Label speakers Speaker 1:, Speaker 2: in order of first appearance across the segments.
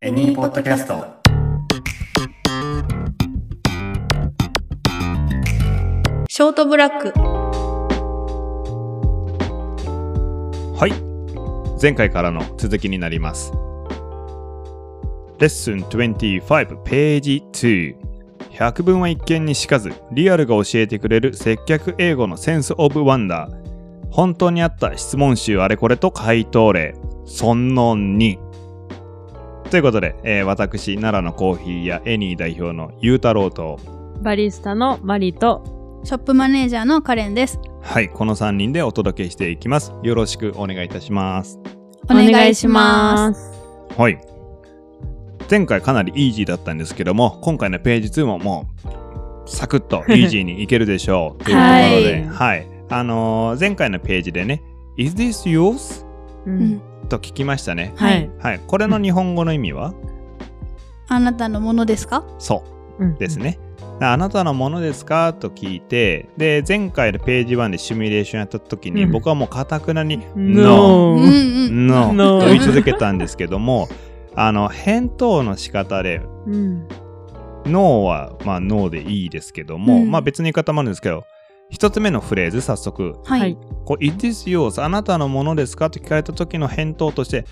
Speaker 1: エニーポッドキャスト。
Speaker 2: ショートブラック。
Speaker 3: はい前回からの続きになりますレッスン25ページ2100分は一見にしかずリアルが教えてくれる接客英語のセンス・オブ・ワンダー本当にあった質問集あれこれと回答例そんのんにということで、えー私奈良のコーヒーやエニー代表のゆうたろうと
Speaker 4: バリスタのマリと
Speaker 2: ショップマネージャーのカレンです。
Speaker 3: はいこの3人でお届けしていきますよろしくお願いいたします
Speaker 2: お願いします。
Speaker 4: す。
Speaker 3: はい。前回かなりイージーだったんですけども、今回のページ2ももう、サクッ とイージーにいけるでしょう。というところで、はい。あのー前回のページでね、Is this yours?
Speaker 2: う
Speaker 4: う
Speaker 2: んん、
Speaker 3: と聞きましたね。
Speaker 4: はい。
Speaker 3: はい。これの日本語の意味は、
Speaker 2: あなたのものですか？
Speaker 3: そう。
Speaker 4: うん
Speaker 3: です。ね。あなたのものですかと聞いて、で、前回のページ1でシミュレーションやった時に、
Speaker 4: うん
Speaker 3: 僕はもうかたくなに、
Speaker 4: No
Speaker 2: うん
Speaker 4: うん
Speaker 2: うん。
Speaker 3: No!
Speaker 4: No
Speaker 3: と言い続けたんですけども、あの、返答の仕方で、
Speaker 4: うん。
Speaker 3: 脳は、まあ、脳でいいですけど
Speaker 2: う
Speaker 3: も、
Speaker 2: ん
Speaker 3: まあ別に言い方もあるんですけど、一つ目のフレーズ、早速、
Speaker 2: はい。
Speaker 4: はい
Speaker 3: こう、is this yours? あなたのものですかと聞かれた時の返答として、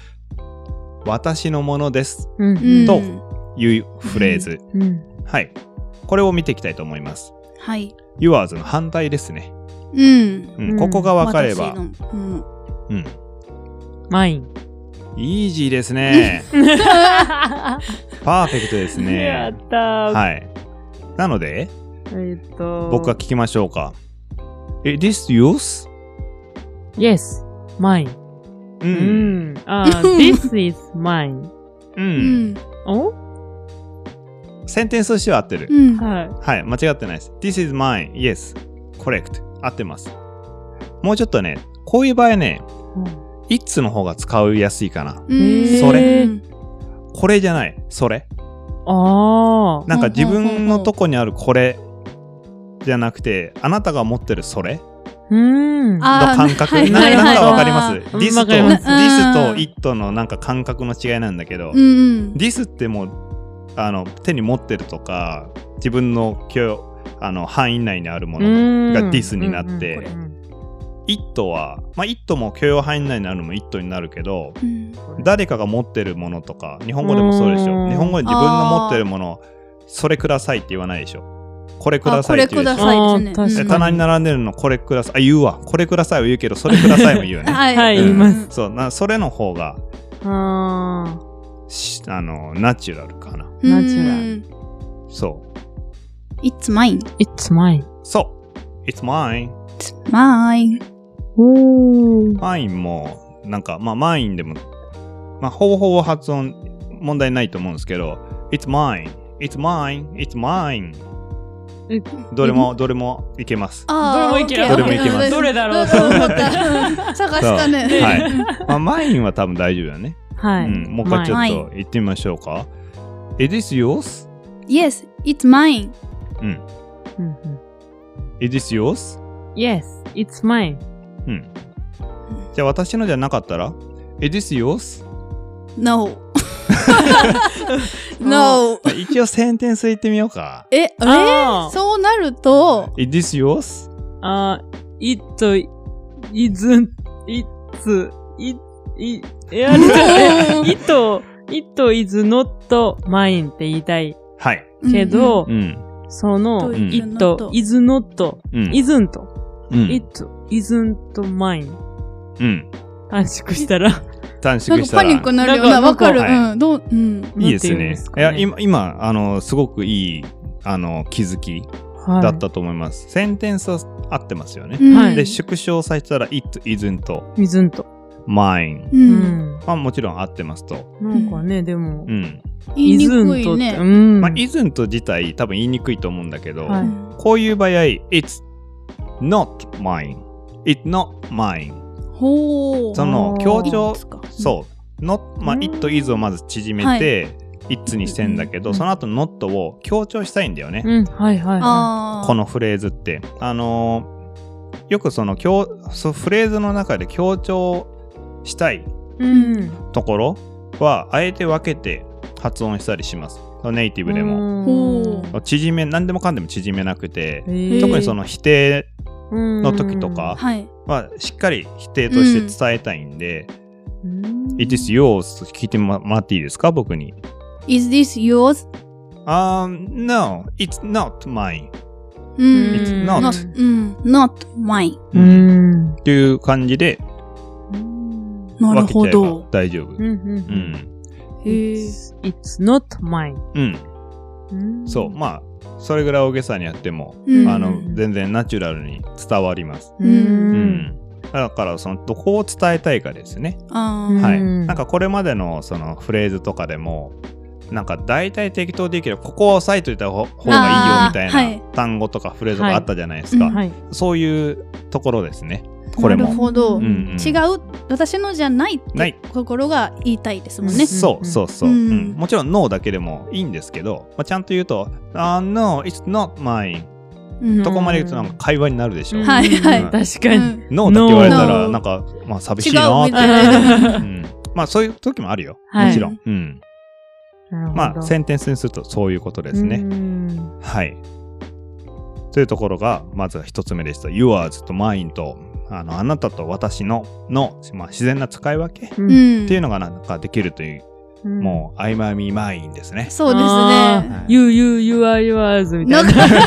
Speaker 3: 私のものです。
Speaker 4: うん
Speaker 2: うん
Speaker 3: というフレーズ。
Speaker 4: うん。
Speaker 3: はい。これを見ていきたいと思います。
Speaker 2: はい。
Speaker 3: yours の反対ですね。
Speaker 2: うん。
Speaker 3: うん、
Speaker 4: うん
Speaker 3: ここが分かれば
Speaker 2: 私、のもの
Speaker 3: うん。
Speaker 4: マイ ン。
Speaker 3: イージーですね。
Speaker 4: や
Speaker 3: パーフェクトですね。
Speaker 4: ったー。
Speaker 3: はい。なので、
Speaker 4: えっと、
Speaker 3: 僕は聞きましょうか。え、this yours?
Speaker 4: Yes, mine.
Speaker 3: う。
Speaker 4: うんん。あ ー This is mine.
Speaker 3: う。
Speaker 2: うんん。
Speaker 4: お
Speaker 3: センテンスとしては合ってる。
Speaker 2: うん。
Speaker 4: はい。
Speaker 3: はい、間違ってないです。This is mine. Yes. Correct. 合ってます。もうちょっとね、こういう場合ね、It's の方が使いやすいかな。
Speaker 2: うん
Speaker 3: そ
Speaker 4: れ
Speaker 2: うん
Speaker 3: これじゃない。それ。
Speaker 4: ああ。
Speaker 3: なんか自
Speaker 2: ほうほうほ
Speaker 3: 分
Speaker 2: う
Speaker 3: の
Speaker 2: ほう
Speaker 3: とこにあるこれじゃなくて、あなたが持ってるそれの
Speaker 4: うん。
Speaker 2: あー
Speaker 3: 感覚。
Speaker 2: はい
Speaker 3: な
Speaker 2: はい
Speaker 3: なんかわか
Speaker 2: はい
Speaker 3: ります
Speaker 4: うん
Speaker 3: ?This
Speaker 4: わ
Speaker 3: と、
Speaker 4: かります
Speaker 3: This
Speaker 2: う
Speaker 3: と
Speaker 2: ん
Speaker 3: It のなんか感覚の違いなんだけ
Speaker 2: う、
Speaker 3: ど
Speaker 2: ん。
Speaker 3: This ってもう、あの、手に持ってるとか、自分の許容あの範囲内にあるもの
Speaker 4: うん
Speaker 3: が This になって、
Speaker 4: うんうん
Speaker 3: イットは、まあ、イットも許容範囲内になるのもイットになるけど、
Speaker 2: うん
Speaker 3: 誰かが持ってるものとか、日本語でもそうでし
Speaker 4: う
Speaker 3: ょ。
Speaker 4: ん
Speaker 3: 日本語で自分の持ってるもの、それくださいって言わないでしょ。これくだ
Speaker 2: あ、こ
Speaker 3: さいっ
Speaker 2: れ
Speaker 3: て言
Speaker 2: くだ
Speaker 3: うでしょ。
Speaker 2: さいですね
Speaker 4: あー
Speaker 2: うん。
Speaker 4: 確か
Speaker 3: 棚に並んでるの、これください。あ、言うわ。これくださいは言うけど、それくださいも言うよ ね。
Speaker 2: はい。
Speaker 4: はい
Speaker 3: 言いますそう、な、それの方が、
Speaker 4: あー
Speaker 3: しあの、ナチュラルかな。
Speaker 2: うん。
Speaker 4: ナチュラル
Speaker 2: ル。
Speaker 3: そう。
Speaker 2: It's mine.
Speaker 4: It's mine.
Speaker 3: そう。It's mine.
Speaker 2: It's mine.
Speaker 4: おー。
Speaker 3: mine も、なんか、まあ、mine でも、まあ、方法は発音、問題ないと思うんですけど、It's mine, it's mine, it's mine
Speaker 4: え。
Speaker 3: どれも、どれもいけます。
Speaker 2: あー
Speaker 4: どれもいける
Speaker 2: OK
Speaker 3: どれもいけます
Speaker 2: OK
Speaker 4: どれだろう
Speaker 2: どれ思った うん探したね。
Speaker 3: そうはいまあ、mine は多分大丈夫だね。
Speaker 4: はい。
Speaker 3: うん。もう一回ちょ
Speaker 2: mine
Speaker 3: っと行ってみましょうか。Is this yours?
Speaker 2: Yes, it's mine.
Speaker 3: うん。
Speaker 4: うんうん
Speaker 3: Is this yours?
Speaker 4: Yes, it's mine.
Speaker 3: うん。じゃあ、私のじゃなかったら Is this yours?
Speaker 2: No. no.
Speaker 3: 一応、センテンス言ってみようか。
Speaker 2: え、え
Speaker 4: あー
Speaker 2: そうなると、
Speaker 3: Is this yours?
Speaker 4: あー、it isn't, it's, it, it, いや、it, it is not mine って言いたい
Speaker 3: はい。
Speaker 4: けど、
Speaker 3: うん。
Speaker 4: その、
Speaker 3: うん
Speaker 4: it is not,
Speaker 3: うん。
Speaker 4: isn't,
Speaker 3: うん。
Speaker 4: it isn't mine
Speaker 3: うん。
Speaker 4: 短縮したら。
Speaker 3: 短
Speaker 2: うん、
Speaker 3: 縮
Speaker 2: なん
Speaker 3: し
Speaker 2: か
Speaker 3: た
Speaker 2: パ
Speaker 3: ら。
Speaker 2: ニックになるよう
Speaker 4: な
Speaker 2: な、
Speaker 4: んか
Speaker 2: わかる。
Speaker 3: なんか
Speaker 2: うん、どう、うん。
Speaker 3: いいですね。い
Speaker 4: なんて言うんですかね
Speaker 3: や、今、今、あの、すごくいい、あの、気づき
Speaker 4: はい
Speaker 3: だったと思います。センテンスは合ってますよね。
Speaker 2: うん
Speaker 3: で、縮小させたら、it isn't
Speaker 4: isn't.
Speaker 3: mine。
Speaker 2: う。
Speaker 4: うんん。
Speaker 3: まあ、もちろん合ってますと。
Speaker 4: なんかね、でも
Speaker 3: う、ん。
Speaker 2: 言いにくい
Speaker 4: isn't って、う
Speaker 2: ね。
Speaker 4: ん。
Speaker 3: まあ、isn't 自体、多分言いにくいと思うんだけど、
Speaker 4: はい
Speaker 3: こういう場合、it's not mine。it's not mine。
Speaker 2: ほう。
Speaker 3: その、
Speaker 4: あー
Speaker 3: 強調、
Speaker 2: う。
Speaker 3: そう。not, まあ、
Speaker 4: うん
Speaker 3: it is をまず縮めて、it's にしてんだけど、その後 not を強調したいんだよね。
Speaker 4: うん、はいはいは
Speaker 2: ああ。
Speaker 3: このフレーズって。あのーよくその強そフレーズの中で強調したい
Speaker 4: い。うん。
Speaker 3: ところはあえて分けて発音したりします。ネイティブでも。
Speaker 2: ほ
Speaker 3: 縮め、何でもかんでも縮めなくて、
Speaker 2: へー
Speaker 3: 特にその否定
Speaker 4: の
Speaker 3: の時と、か
Speaker 2: はい。
Speaker 3: はしっかり否定として伝えたいんで、It is yours と聞いてもらっていいですか僕に。
Speaker 2: Is this yours?
Speaker 3: あ no, it's not mine.
Speaker 2: う
Speaker 4: うん
Speaker 2: ん。
Speaker 3: It's not.
Speaker 2: うん。not mine.
Speaker 4: うーん。
Speaker 3: っていう感じで
Speaker 4: うん
Speaker 2: なる
Speaker 3: 分け
Speaker 2: ほ
Speaker 3: ちゃえば
Speaker 2: ど。
Speaker 3: 大丈夫。
Speaker 4: う。
Speaker 3: うんん。
Speaker 2: へえ。
Speaker 4: It's it's not mine.
Speaker 3: うん。
Speaker 4: うん
Speaker 3: そう。まあ、それぐらい大げさにやっても、
Speaker 2: うん
Speaker 3: あの
Speaker 4: う、ん
Speaker 3: 全然ナチュラルに伝わります。
Speaker 4: う。
Speaker 3: うんん。だから、その、どこを伝えたいかですね。
Speaker 2: あ
Speaker 4: うん
Speaker 2: あ。
Speaker 3: はい。なんかこれまでのそのフレーズとかでも、なんか大体適当でいいけど、ここは押さえといたほ方がいいよみた
Speaker 2: あーはいい
Speaker 3: な単語とかフレーズがあったじゃないですか。
Speaker 2: うん
Speaker 4: はい。
Speaker 3: そういうところですね。これ
Speaker 2: なる
Speaker 3: も。
Speaker 2: ほど。
Speaker 4: う
Speaker 3: うんんうん
Speaker 2: 違う私のじゃないって
Speaker 3: ない
Speaker 2: ところが言いたいですもんね。
Speaker 3: そうそうそう、う
Speaker 2: うんん
Speaker 3: もちろん NO だけでもいいんですけど、まあ、ちゃんと言うと「あ No, it's not mine
Speaker 2: う」ん
Speaker 3: とこまで言うとなんか会話になるでしょ。
Speaker 4: うん
Speaker 2: はいはい
Speaker 4: 確かに。
Speaker 3: NO だけ言われた
Speaker 2: No
Speaker 3: らなんか、まあ、寂しい
Speaker 2: 違う
Speaker 3: なっ
Speaker 2: み
Speaker 3: て
Speaker 2: たいな。
Speaker 3: うんまあそういう時もあるよ、
Speaker 4: はい
Speaker 3: もちろん、うん、まあセ
Speaker 4: ン
Speaker 3: ンテンスにするとそういうことですね、
Speaker 4: ね。
Speaker 3: はいというところがまず一つ目でした Yours と Mine とあのあなたと私のの、まあ、自然な使い分けっ
Speaker 2: う。
Speaker 4: うん
Speaker 3: ていうのがなんかできるという、もう I'm a me mine ですね
Speaker 2: そうですね。
Speaker 4: あー You, you, you are yours みた
Speaker 2: ないんか、
Speaker 4: な。
Speaker 2: なんか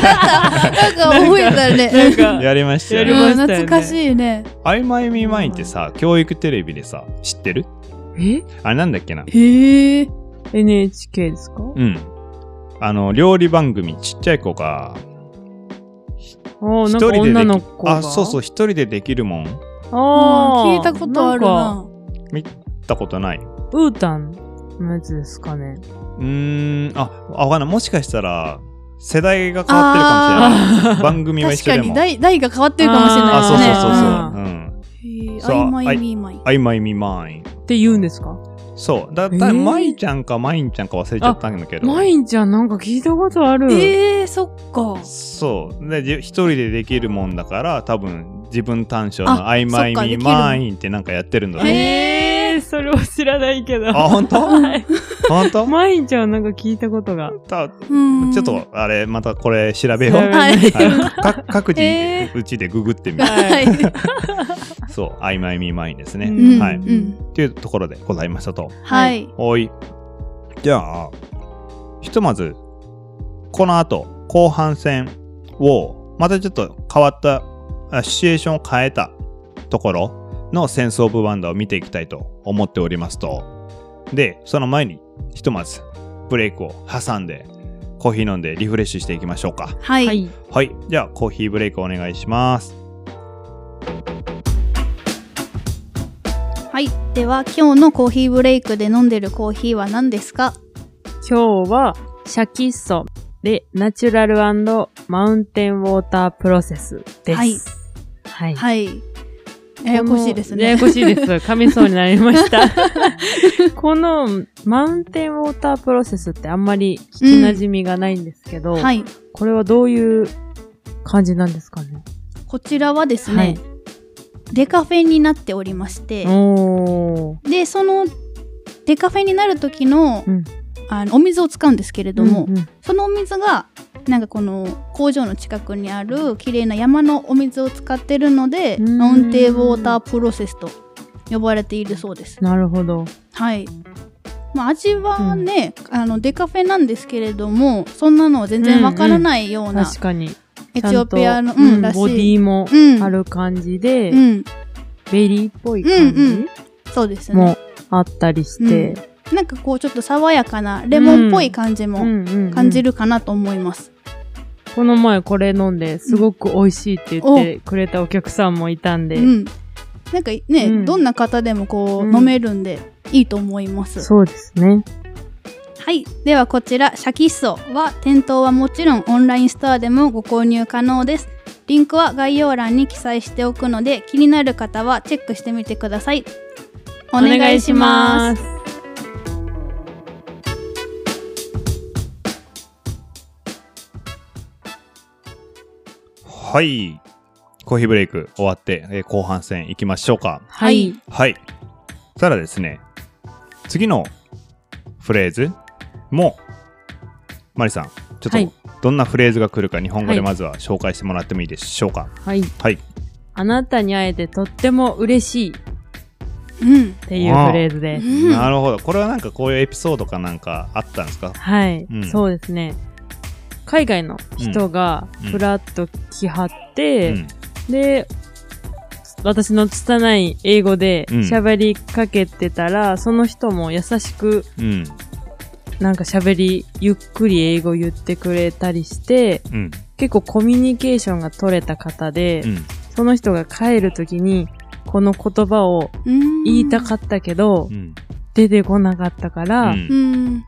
Speaker 2: 覚えた
Speaker 4: なん
Speaker 2: ね。
Speaker 4: か、
Speaker 3: やりました
Speaker 4: や
Speaker 3: よ
Speaker 4: り
Speaker 3: ね
Speaker 4: ま
Speaker 2: うん
Speaker 4: したよね
Speaker 2: 懐かしいね。
Speaker 3: アイマイミーマインってさ、教育テレビでさ、知ってる
Speaker 4: え
Speaker 3: あれなんだっけな
Speaker 2: へえ。
Speaker 4: ?NHK ですか
Speaker 3: うん。あの、料理番組、ちっちゃい子が、
Speaker 4: おー
Speaker 3: 一
Speaker 4: なん
Speaker 3: 人
Speaker 4: か
Speaker 3: ででき
Speaker 4: 女の子が。
Speaker 3: あ、そうそう、
Speaker 4: う。
Speaker 3: 一人でできるもん、見
Speaker 4: あー
Speaker 2: 聞いたことある
Speaker 4: なんか
Speaker 2: な。
Speaker 3: たことない。う
Speaker 4: ウータンのやつですかね。
Speaker 3: ーん、あ、あわかんない。もしかしたら、世代が変わってるかもしれない。番組は一
Speaker 2: 確
Speaker 3: 緒
Speaker 2: か
Speaker 3: で
Speaker 2: に
Speaker 3: も。
Speaker 2: 代代が変わってるかもしれない
Speaker 3: あ、そうそう
Speaker 2: で
Speaker 3: そう
Speaker 4: あ
Speaker 3: そう。うん。
Speaker 2: すね。
Speaker 3: そう
Speaker 2: あいまいみまい。
Speaker 3: アイマイミーマイン。
Speaker 4: って言うんですか
Speaker 3: そう。だった
Speaker 4: えー
Speaker 3: ら、マイちゃんかマインちゃんか忘れちゃったんだけど。
Speaker 4: マインちゃんなんか聞いたことある。
Speaker 2: ええ、そっか。
Speaker 3: そう。で、じ一人でできるもんだから、多分、自分単勝の
Speaker 2: あ
Speaker 3: 曖昧
Speaker 2: そっか
Speaker 3: に
Speaker 2: できる
Speaker 3: マインってなんかやってるんだろう。
Speaker 4: えー、それは知らないけど。
Speaker 3: あ、本当
Speaker 4: はい
Speaker 3: 本当
Speaker 4: マインちゃんなんか聞いたことが。
Speaker 3: た
Speaker 2: うん。
Speaker 3: ちょっと、あれ、またこれ調べよ
Speaker 4: 調
Speaker 3: う。
Speaker 4: べよ
Speaker 2: はい。
Speaker 3: はいか 各自
Speaker 2: え、
Speaker 3: うちでググってみる。
Speaker 2: は
Speaker 4: はいい。
Speaker 3: そう、曖昧にマインです
Speaker 4: う
Speaker 3: ね。
Speaker 2: うん
Speaker 3: はい。
Speaker 2: う
Speaker 3: っ
Speaker 2: ん
Speaker 3: ていうところでございましたと。
Speaker 2: はい。
Speaker 3: おい。じゃあ、ひとまず、この後、後半戦を、またちょっと変わった、あシチュエーションを変えたところのセンスオブワンダーを見ていきたいと思っておりますと。で、その前に、ひとまず、ブレイクを挟んで、コーヒー飲んでリフレッシュしていきましょうか。
Speaker 2: はい。
Speaker 4: はい。
Speaker 3: はい。じゃあ、コーヒーブレイクお願いします。
Speaker 2: はい。では、今日のコーヒーブレイクで飲んでるコーヒーは何ですか
Speaker 4: 今日は、シャキッソでナチュラルマウンテンウォータープロセスです。
Speaker 2: はい。
Speaker 4: はい。
Speaker 2: はい。ややこしいですね。
Speaker 4: ややこしいです。噛みそうになりま した。このマウンテンウォータープロセスってあんまり聞き馴染みがないんですけど、
Speaker 2: はい。
Speaker 4: これはどういう感じなんですかね。
Speaker 2: こちらはですね、
Speaker 4: はい
Speaker 2: デカフェになっておりまして、
Speaker 4: おー。
Speaker 2: で、そのデカフェになる時の、
Speaker 4: うん
Speaker 2: あのお水を使うんですけれども、
Speaker 4: うんうん
Speaker 2: そのお水が、なんかこの工場の近くにある綺麗な山のお水を使ってるので、
Speaker 4: うん
Speaker 2: マウンテンウォータープロセスと呼ばれているそうです。
Speaker 4: なるほど。
Speaker 2: はい。まあ、味はね、あのデカフェなんですけれどもそんなのは全然わからないような
Speaker 4: 確かに。
Speaker 2: エチオピアの、
Speaker 4: ちゃんと
Speaker 2: うんらしい
Speaker 4: ボディも
Speaker 2: うん
Speaker 4: ある感じで、
Speaker 2: うん、
Speaker 4: ベリーっぽい感じ、
Speaker 2: うんうんそうですね
Speaker 4: もあったりして、
Speaker 2: なんかこうちょっと爽やかなレモンっぽい感じ
Speaker 4: う
Speaker 2: も
Speaker 4: んうんうん
Speaker 2: 感じるかなと思います、
Speaker 4: この前これ飲んですごく美味しいって言ってくれたお客さんもいたんで、
Speaker 2: うんなんかね、
Speaker 4: うん
Speaker 2: どんな方でもこう、
Speaker 4: うん
Speaker 2: 飲めるんでいいと思います
Speaker 4: そうですね。
Speaker 2: はいではこちらシャキッソは店頭はもちろんオンラインストアでもご購入可能ですリンクは概要欄に記載しておくので気になる方はチェックしてみてくださいお願いします
Speaker 4: す。
Speaker 3: はい。コーヒーブレイク終わって、えー後半戦行きましょうか。
Speaker 4: はい。
Speaker 3: はい。たらですね、次のフレーズ、もうマリさんちょっ
Speaker 4: はい
Speaker 3: とどんなフレーズが来るか日本語で
Speaker 4: はい
Speaker 3: まずは紹介してもらってもいいでしょうか
Speaker 4: はい。
Speaker 3: はい
Speaker 4: あなたに会えてとっても嬉しいっ
Speaker 2: うん。
Speaker 4: ていうフレーズ
Speaker 2: う
Speaker 4: です。
Speaker 2: ん。
Speaker 3: なるほどこれはなんかこういうエピソードかなんかあったんですか
Speaker 4: はい、
Speaker 3: うん
Speaker 4: そうですね。海外の人が
Speaker 3: うん
Speaker 4: ふらっと来はって、
Speaker 3: うん
Speaker 4: で、私の拙い英語で
Speaker 3: うん
Speaker 4: 喋りかけてたら、その人も優しく
Speaker 3: うん
Speaker 4: なんか喋り、ゆっくり英語言ってくれたりして、
Speaker 3: うん
Speaker 4: 結構コミュニケーションが取れた方で、
Speaker 3: うん
Speaker 4: その人が帰るときに、この言葉を
Speaker 2: うん
Speaker 4: 言いたかったけど、
Speaker 3: うん
Speaker 4: 出てこなかったから、
Speaker 3: う
Speaker 4: っ
Speaker 3: ん
Speaker 2: うん。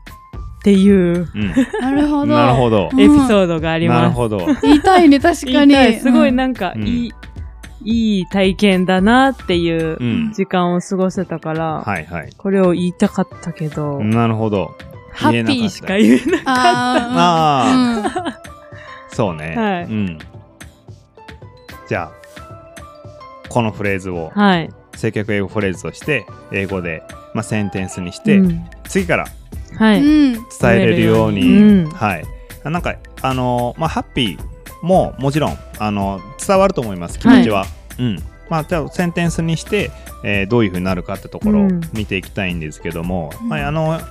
Speaker 4: ていう
Speaker 3: うん
Speaker 2: なるほど。
Speaker 3: なるほど
Speaker 4: エピソードがあり
Speaker 3: なる
Speaker 4: ます。
Speaker 3: ほど
Speaker 2: 言いたいね、確か
Speaker 4: 言い
Speaker 2: に
Speaker 4: たい。。すごい
Speaker 2: ん
Speaker 4: なんか、
Speaker 3: うん
Speaker 4: いい、いい体験だなっていう
Speaker 3: うん
Speaker 4: 時間を過ごせたから、
Speaker 3: はいはい
Speaker 4: これを言いたかったけど、
Speaker 3: なるほど
Speaker 4: ハッピーしか言えない。
Speaker 2: あ
Speaker 3: ああ
Speaker 2: あ。
Speaker 3: そうね、
Speaker 4: はい
Speaker 3: うんじゃあこのフレーズを
Speaker 4: はい。
Speaker 3: 正確英語フレーズとして英語で、まあ、センテンスにして、
Speaker 4: うん
Speaker 3: 次から
Speaker 4: は
Speaker 2: う
Speaker 4: い。
Speaker 2: ん。
Speaker 3: 伝えれるように、
Speaker 4: 伝えれるようにうん
Speaker 3: はいあなんかあのーまあハッピーももちろんあの伝わると思います気持ちは、うんまあじゃあセンテンスにして、えーどういうふうになるかってところ
Speaker 4: う
Speaker 3: を
Speaker 4: ん
Speaker 3: 見ていきたいんですけども、
Speaker 2: うん
Speaker 3: まああの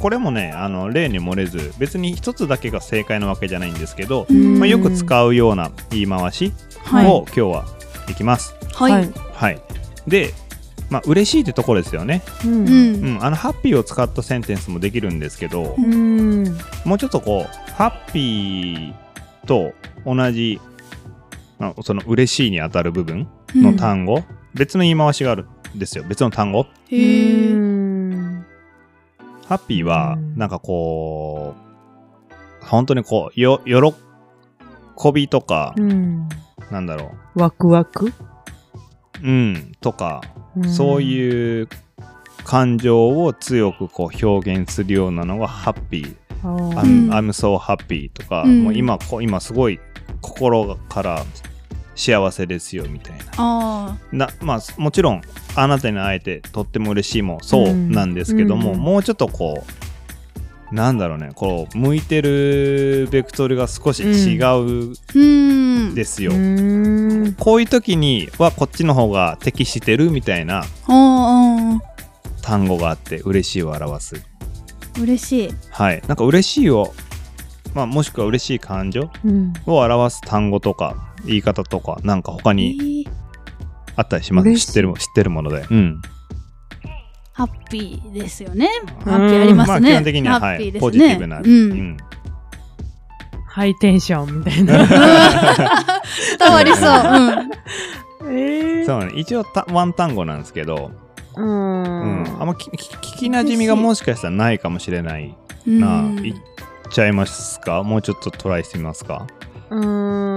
Speaker 3: これもねあの例に漏れず別に一つだけが正解なわけじゃないんですけど、
Speaker 2: うん
Speaker 3: まあ、よく使うような言い回し
Speaker 2: はい
Speaker 3: を今日はいきます。
Speaker 2: は
Speaker 4: はいい。
Speaker 3: はい、で、まあ嬉しいってところですよね。
Speaker 4: う。
Speaker 2: うん。
Speaker 3: うんん、あのハッピーを使ったセンテンスもできるんですけど、
Speaker 4: うん。
Speaker 3: もうちょっとこうハッピーと同じあその嬉しいに当たる部分の単語、別の言い回しがあるんですよ。別の単語。
Speaker 2: へー
Speaker 4: うん
Speaker 3: ハッピーは
Speaker 4: うん
Speaker 3: なんかこう本当にこうよ喜びとか、
Speaker 4: うん。
Speaker 3: なんだろ
Speaker 4: ワクワク、
Speaker 3: ううんとかそう
Speaker 4: う
Speaker 3: いう感情を強くこう表現するようなのがハッピー。
Speaker 4: ん。あー
Speaker 3: I'm,
Speaker 2: うん
Speaker 3: I'm so happy とか、
Speaker 2: うん
Speaker 3: もう今こう今すごい心から幸せですよみたいな。
Speaker 2: あ
Speaker 3: なまあもちろんあなたに会えてとっても嬉しいもそうなんですけども、
Speaker 4: うん
Speaker 3: もうちょっとこうなんだろうねこう向いてるベクトルが少し違う
Speaker 2: あ。うん。
Speaker 3: ですよ。
Speaker 4: うーん
Speaker 3: こういう時にはこっちの方が適してるみたいな
Speaker 2: ああ。
Speaker 3: 単語があって嬉しいを表す。
Speaker 2: 嬉しい。
Speaker 3: はい、なんか嬉しいを、まあ、もしくは嬉しい感情
Speaker 4: うん
Speaker 3: を表す単語とか言い方とかなんか他に
Speaker 2: に。
Speaker 3: あったりします
Speaker 4: 嬉しい
Speaker 3: 知ってるも知ってるもので、うん
Speaker 2: ハッピーですよね。ハッピーあります
Speaker 3: まあ、基
Speaker 2: ね。
Speaker 3: 本的には、
Speaker 2: ハ
Speaker 3: は
Speaker 2: ッピー
Speaker 3: い、
Speaker 2: ですね
Speaker 3: ポジティブな、
Speaker 2: う。
Speaker 3: うんん
Speaker 4: ハイテンションみたいな。
Speaker 2: 伝わりそう。うん。
Speaker 4: えー
Speaker 3: そうね一応たワン単語なんですけど、
Speaker 4: う
Speaker 3: うん
Speaker 4: ん。
Speaker 3: あんまきき聞きなじみがもしかしたらないかもしれないな、
Speaker 2: うん
Speaker 3: いっちゃいますかもうちょっとトライしてみますか
Speaker 4: うー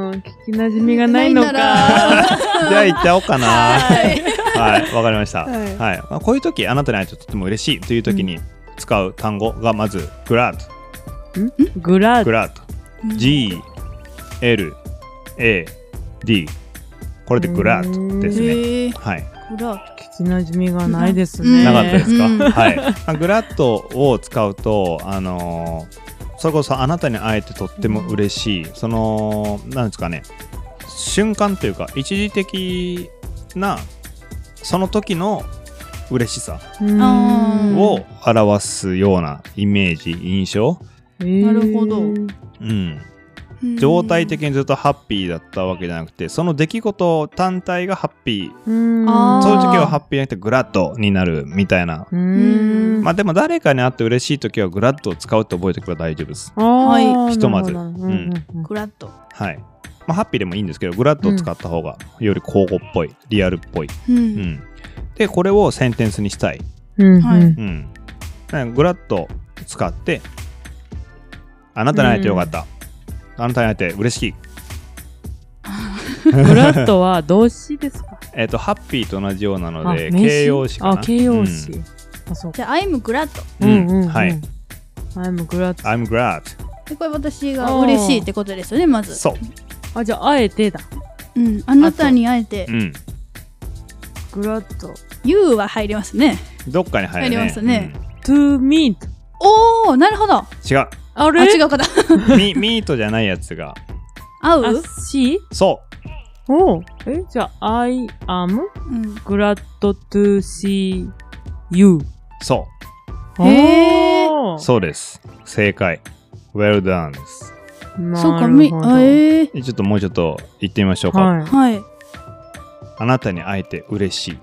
Speaker 4: ん。聞きなじみがないの
Speaker 2: ないな
Speaker 4: か。
Speaker 3: じゃあ行っちゃおうか な
Speaker 2: はい。
Speaker 3: はいわかりました、
Speaker 4: はい
Speaker 3: はいまあ、こういう時あなたに会えてとっても嬉しいという時に使う単語がまず「グラッド」
Speaker 4: グラ
Speaker 3: グラッド G、L、A、D。これでグラッドですね。
Speaker 2: へー
Speaker 3: はい。
Speaker 2: グラ
Speaker 4: 聞きなじみがないです
Speaker 2: うん
Speaker 4: ね。
Speaker 3: なかったですか、
Speaker 2: うん
Speaker 3: はい。まあグラッドを使うと、あのーそれこそあなたに会えてとっても嬉しい。その、なんですかね、瞬間というか、一時的な、その時の嬉しさ
Speaker 2: あー
Speaker 4: を
Speaker 3: を表すようなイメージ、印象。
Speaker 2: な
Speaker 4: な
Speaker 2: るほど
Speaker 3: うん。
Speaker 2: うん
Speaker 3: 状態的にずっとハッピーだったわけじゃなくてその出来事単体がハッピー
Speaker 2: あー
Speaker 3: そういう時はハッピーじゃなくてグラッドになるみたいな
Speaker 4: うーん。
Speaker 3: まあでも誰かに会って嬉しい時はグラッドを使うって覚えておけば大丈夫です
Speaker 2: はい
Speaker 4: あー
Speaker 3: ひとまず
Speaker 4: なるほど
Speaker 3: うん
Speaker 4: うんうん
Speaker 2: グラッと。
Speaker 3: はいまあハッピーでもいいんですけどグラッドを使った方がより交互っぽいリアルっぽい、
Speaker 2: う。
Speaker 3: うんん、でこれをセンテンスにしたい、
Speaker 4: うんうん
Speaker 2: はい
Speaker 3: うん、だからグラッド使ってあなたに会えてよかった、あなたに会えて嬉しい
Speaker 4: グラッとは動詞ですか
Speaker 3: えっ、とハッピーと同じようなの
Speaker 4: あ
Speaker 3: で
Speaker 4: 名詞
Speaker 3: 形容詞かな
Speaker 4: あ、形容
Speaker 3: うん
Speaker 4: 詞。あ、そうか。
Speaker 2: じゃあ、I'm glad。
Speaker 3: う
Speaker 4: うんんうんうん。
Speaker 3: はい。
Speaker 4: I'm glad.
Speaker 3: I'm glad
Speaker 2: でこれ私が嬉しいってことですよね、まず。
Speaker 3: そう、
Speaker 4: あ、じゃあ、あえてだ。
Speaker 2: うん。あなたに会えて
Speaker 3: う、ん、
Speaker 4: グラッと。
Speaker 2: You は入りますね。
Speaker 3: どっかに入るね
Speaker 2: 入りますね、
Speaker 3: うん
Speaker 4: to meet.
Speaker 2: おおなるほどあ
Speaker 3: 違う。
Speaker 4: あれ
Speaker 2: 違う方
Speaker 3: ミ ミートじゃないやつが。
Speaker 2: 合う、
Speaker 4: あ、し
Speaker 3: そう。
Speaker 4: おうえ、じゃあ、I am
Speaker 2: うん、
Speaker 4: glad to see you.
Speaker 3: そ
Speaker 2: へー
Speaker 4: お
Speaker 3: う。そうです。正解。Well done です。
Speaker 4: な
Speaker 2: そうか
Speaker 4: る
Speaker 2: み
Speaker 4: ほど
Speaker 2: あえー、
Speaker 3: えちょっともうちょっと行ってみましょうか。
Speaker 4: はい。
Speaker 2: はい
Speaker 3: あなたに会えて嬉しい。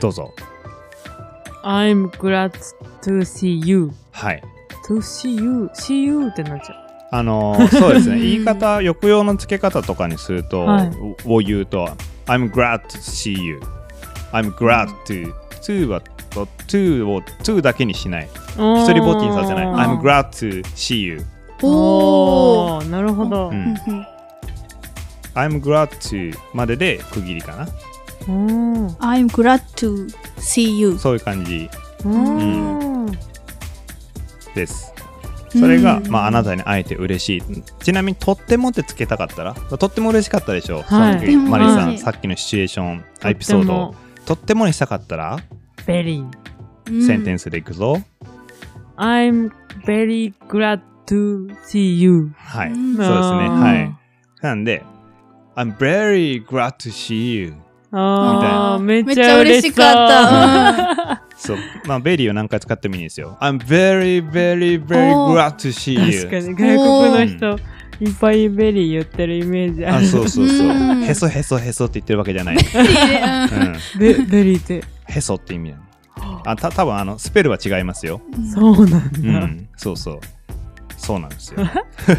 Speaker 3: どうぞ。
Speaker 4: I'm glad to see you.
Speaker 3: はい。
Speaker 4: to see you. see you ってなっちゃ
Speaker 3: あのーそうです
Speaker 2: う
Speaker 3: ね。
Speaker 2: ん
Speaker 3: 言い方、抑揚の付け方とかにすると、
Speaker 4: はい
Speaker 3: をを言うと、I'm glad to see you。I'm glad to。to は、と to を to だけにしない。
Speaker 4: う。
Speaker 3: 一人ぼっちにさせない。
Speaker 4: おー
Speaker 3: I'm glad to see you。
Speaker 2: おお
Speaker 4: おーなるほど
Speaker 3: う。ん。I'm glad to までで区切りかな。
Speaker 4: うん。
Speaker 2: I'm glad to see you
Speaker 3: そういう感じ
Speaker 4: うん
Speaker 3: です。それが、
Speaker 2: うん
Speaker 3: まあ、あなたに会えて嬉しい。ちなみに、とってもってつけたかったら、とっても嬉しかったでしょう。
Speaker 4: はい
Speaker 3: その時マリーさ
Speaker 2: は
Speaker 3: ん、
Speaker 2: い
Speaker 3: さっきのシチュエーション、エピソードを。。とってもにしたかったら、
Speaker 4: very.
Speaker 3: センテン
Speaker 2: ス
Speaker 3: スでいくぞ。
Speaker 4: I'm very glad to see you.
Speaker 3: はい。そううで
Speaker 2: ん
Speaker 3: すね。はい。なんで、I'm very glad to see you.
Speaker 4: ああ、めっ
Speaker 2: めっ
Speaker 4: ち
Speaker 2: ち
Speaker 4: ゃ
Speaker 2: ゃ
Speaker 4: 嬉
Speaker 2: 嬉
Speaker 4: し
Speaker 2: し
Speaker 4: か
Speaker 2: か
Speaker 4: っ。
Speaker 2: ったた、
Speaker 3: そう、まあ、ベリーを何回使ってもいいんですよ。I'm very, very, very
Speaker 2: おー
Speaker 3: glad to see you.
Speaker 4: 確かに、外国の人、いっぱいベリー言ってるイメージあ
Speaker 3: あ、
Speaker 4: る。
Speaker 3: そうそうそうう。
Speaker 2: ん
Speaker 3: へそへそへそって言ってるわけじゃない。
Speaker 2: うん、いいね
Speaker 3: うん。
Speaker 4: ベベリーって。
Speaker 3: へそって意味なの。あ、た、多分あの、スペルは違いますよ。
Speaker 2: うん
Speaker 4: そうなん
Speaker 3: う
Speaker 4: だ。
Speaker 3: ん、そうそう。そうなんですよ。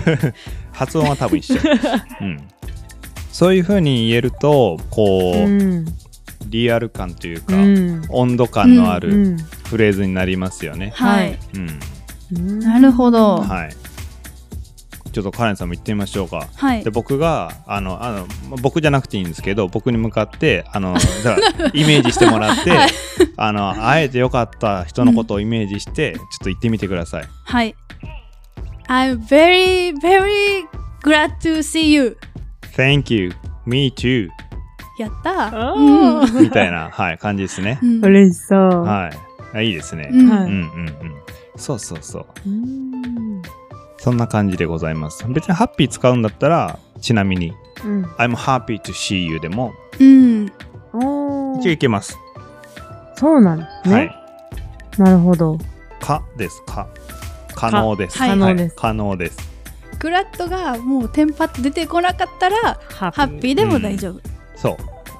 Speaker 3: 発音は多分 一緒。うん。そういう風に言えると、こう、
Speaker 4: うん。
Speaker 3: リアル感という
Speaker 4: う
Speaker 3: か、
Speaker 4: ん。
Speaker 3: 温度感のあ
Speaker 4: う
Speaker 3: る
Speaker 4: ん。
Speaker 3: フレーズになりますよね。
Speaker 2: はい
Speaker 3: うん。
Speaker 2: なるほど
Speaker 3: はい。ちょっとカレンさんも言ってみましょうか。
Speaker 2: はい
Speaker 3: で僕があのあのま僕じゃなくていいんですけど僕に向かってあ のじゃあイメージしてもらって、
Speaker 2: はい
Speaker 3: あの会えてよかった人のことをイメージして、ちょっと言ってみてください。
Speaker 2: はい I'm very very glad to see you
Speaker 3: Thank you, me too
Speaker 2: やったー
Speaker 4: あ
Speaker 2: うん
Speaker 4: ー
Speaker 3: みた いな、はい、感じですね。
Speaker 2: うん
Speaker 4: 嬉しそう。
Speaker 3: はいあ、いいですね。
Speaker 2: うん
Speaker 4: は
Speaker 3: うん
Speaker 4: い
Speaker 3: うんうん。そうそうそう。
Speaker 4: うん
Speaker 3: そんな感じでございます。別にハッピー使うんだったらちなみに
Speaker 4: うん。
Speaker 3: I'm happy to see you でも
Speaker 2: うん
Speaker 4: お
Speaker 3: 一応
Speaker 4: ー
Speaker 3: いけます。
Speaker 4: そうなんです
Speaker 3: は
Speaker 4: ね
Speaker 3: い。。
Speaker 4: なるほど。
Speaker 3: かですか。可能です。
Speaker 2: かはい
Speaker 4: 可能です
Speaker 3: 可能です。
Speaker 2: グラッドがもうテンパって出てこなかったらハ
Speaker 4: ハ
Speaker 2: ッピーでも大丈夫、
Speaker 3: そ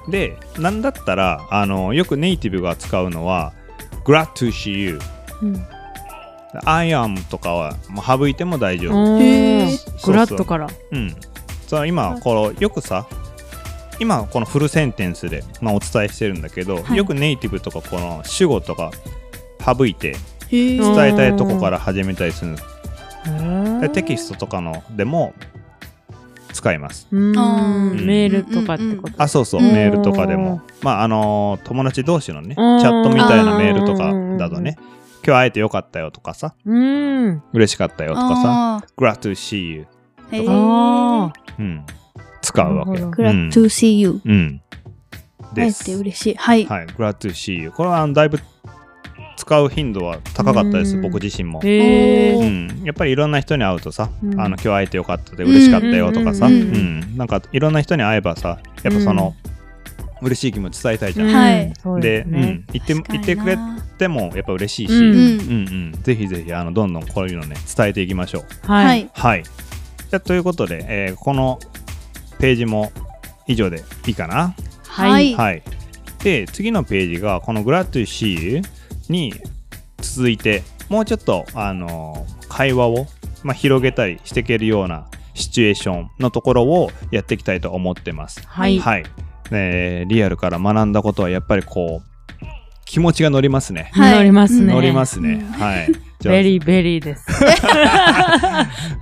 Speaker 3: う。で、なんだったら、あの、よくネイティブが使うのは、glad to see you。
Speaker 4: うん。
Speaker 3: I am とかは、もう省いても大丈夫。
Speaker 4: お
Speaker 2: へー
Speaker 4: ーグラッとから。
Speaker 3: うん。そう、今、この、よくさ、今、このフルセンテンスで、まあ、お伝えしてるんだけど、
Speaker 2: はい
Speaker 3: よくネイティブとか、この主語とか、省いて、
Speaker 2: へ
Speaker 4: うん
Speaker 2: ー
Speaker 3: 伝えたいとこから始めたりするんですで
Speaker 4: へー
Speaker 3: テキストとかのでも、使います。
Speaker 4: うーん
Speaker 2: あ
Speaker 3: ー
Speaker 4: メールとかってこと
Speaker 3: あ、そうそう、
Speaker 2: うん
Speaker 3: メールとかでも。まあ、あのー友達同士のね、チ
Speaker 4: うん
Speaker 3: ャットみたいなメールとかだとね、今日会えてよかったよとかさ、
Speaker 4: うーん
Speaker 3: 嬉しかったよとかさ、
Speaker 2: あ
Speaker 3: glad to see you、
Speaker 2: ーへー
Speaker 4: あ
Speaker 3: うん、使うわけよ。
Speaker 4: な
Speaker 2: グラッド to see you
Speaker 3: うん。うん。
Speaker 2: 入
Speaker 3: で
Speaker 2: って
Speaker 3: す。
Speaker 2: 嬉しいはい、
Speaker 3: はい、glad to see you。これはあのだいぶ使う頻度は高かったで
Speaker 4: う
Speaker 3: す、
Speaker 4: ん
Speaker 3: 僕自身も
Speaker 4: ー。へ
Speaker 2: お
Speaker 3: う
Speaker 4: ー
Speaker 3: ん、やっぱりいろんな人に会うとさ、
Speaker 4: うん
Speaker 3: あの今日会えてよかったで嬉しかったよとかさ、う
Speaker 2: うんん
Speaker 3: なんかいろんな人に会えばさやっぱその、嬉しい気持ち伝えたいじゃん、
Speaker 2: はい
Speaker 4: そう
Speaker 3: で、う
Speaker 4: ですね
Speaker 3: ん、言っても
Speaker 2: 確か
Speaker 3: 言
Speaker 2: に
Speaker 3: ってくれ
Speaker 2: な
Speaker 3: てもやっぱ嬉しいし、
Speaker 4: うん
Speaker 3: うんうん、ぜひぜひあのどんどんこういうのね伝えていきましょう。
Speaker 2: は
Speaker 4: はいい。
Speaker 3: はい。じゃあということで、えーこのページも以上でいいかな。
Speaker 2: は
Speaker 4: はいい。
Speaker 3: はい。で次のページがこの「Glad to see you」に続いてもうちょっと、あのー会話を、まあ、広げたりしていけるようなシチュエーションのところをやっていきたいと思ってます。
Speaker 4: はい。
Speaker 3: はい、えーリアルから学んだことはやっぱりこう気持ちが乗りますね。
Speaker 2: はい
Speaker 4: 乗りますね。
Speaker 3: 乗りますね。
Speaker 2: うん
Speaker 3: はい。じゃあ
Speaker 4: ベリーベリーです。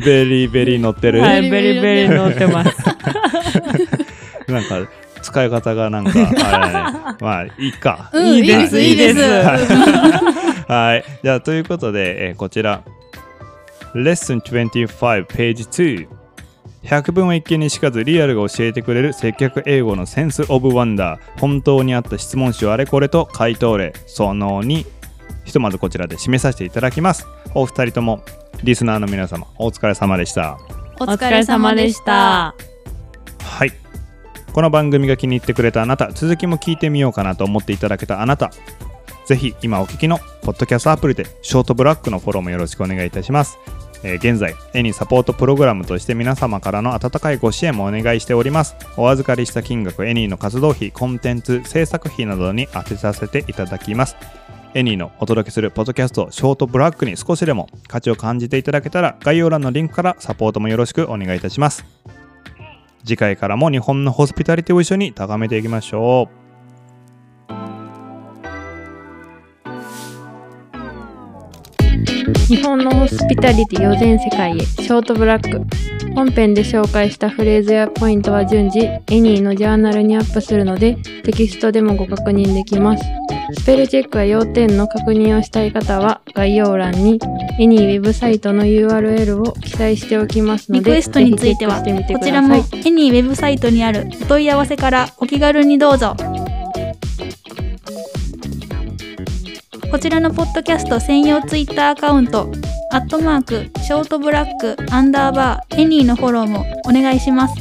Speaker 3: ベリーベリー乗ってる。
Speaker 4: は
Speaker 2: ベリー
Speaker 4: い、
Speaker 2: ベ
Speaker 4: ベ
Speaker 2: リ
Speaker 4: リ
Speaker 2: ー
Speaker 4: ーベリー乗ってます。
Speaker 3: なんか使い方がなんかあれね まあいいか。
Speaker 2: うん
Speaker 4: いい
Speaker 3: で
Speaker 2: ですすいいです
Speaker 4: いいです
Speaker 3: はい。じゃあということで、えーこちら。Lesson 25 Page 2。百聞は一見にしかずリアルが教えてくれる接客英語のセンスオブワンダー本当にあった質問集あれこれと回答例その2ひとまずこちらで締めさせていただきます。お二人とも、リスナーの皆様、お疲れ様でした。
Speaker 2: お疲れ様でした。
Speaker 3: はい。この番組が気に入ってくれたあなた、続きも聞いてみようかなと思っていただけたあなた、ぜひ今お聞きのポッドキャストアプリでショートブラックのフォローもよろしくお願いいたします。えー現在、絵にサポートプログラムとして皆様からの温かいご支援もお願いしております。お預かりした金額、エニーの活動費、コンテンツ、制作費などに当てさせていただきます。エニーのお届けするポッドキャスト、ショートブラックに少しでも価値を感じていただけたら、概要欄のリンクからサポートもよろしくお願いいたします。次回からも日本のホスピタリティを一緒に高めていきましょう。
Speaker 1: 日本のホスピタリティを全世界へショートブラック本編で紹介したフレーズやポイントは順次エニーのジャーナルにアップするのでテキストでもご確認できますスペルチェックや要点の確認をしたい方は概要欄にエニーウェブサイトの URL を記載しておきますの
Speaker 2: リ
Speaker 1: で
Speaker 2: クエストについては、
Speaker 1: ぜひチェッ
Speaker 2: こ
Speaker 1: クしてみてください
Speaker 2: ちらもエニーウェブサイトにあるお問い合わせからお気軽にどうぞ。こちらのポッドキャスト専用ツイッターアカウント、アットマーク、ショートブラック、アンダーバー、エニーのフォローもお願いします。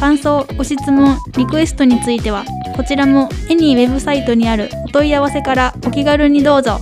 Speaker 2: 感想、ご質問、リクエストについては、こちらもエニーウェブサイトにあるお問い合わせからお気軽にどうぞ。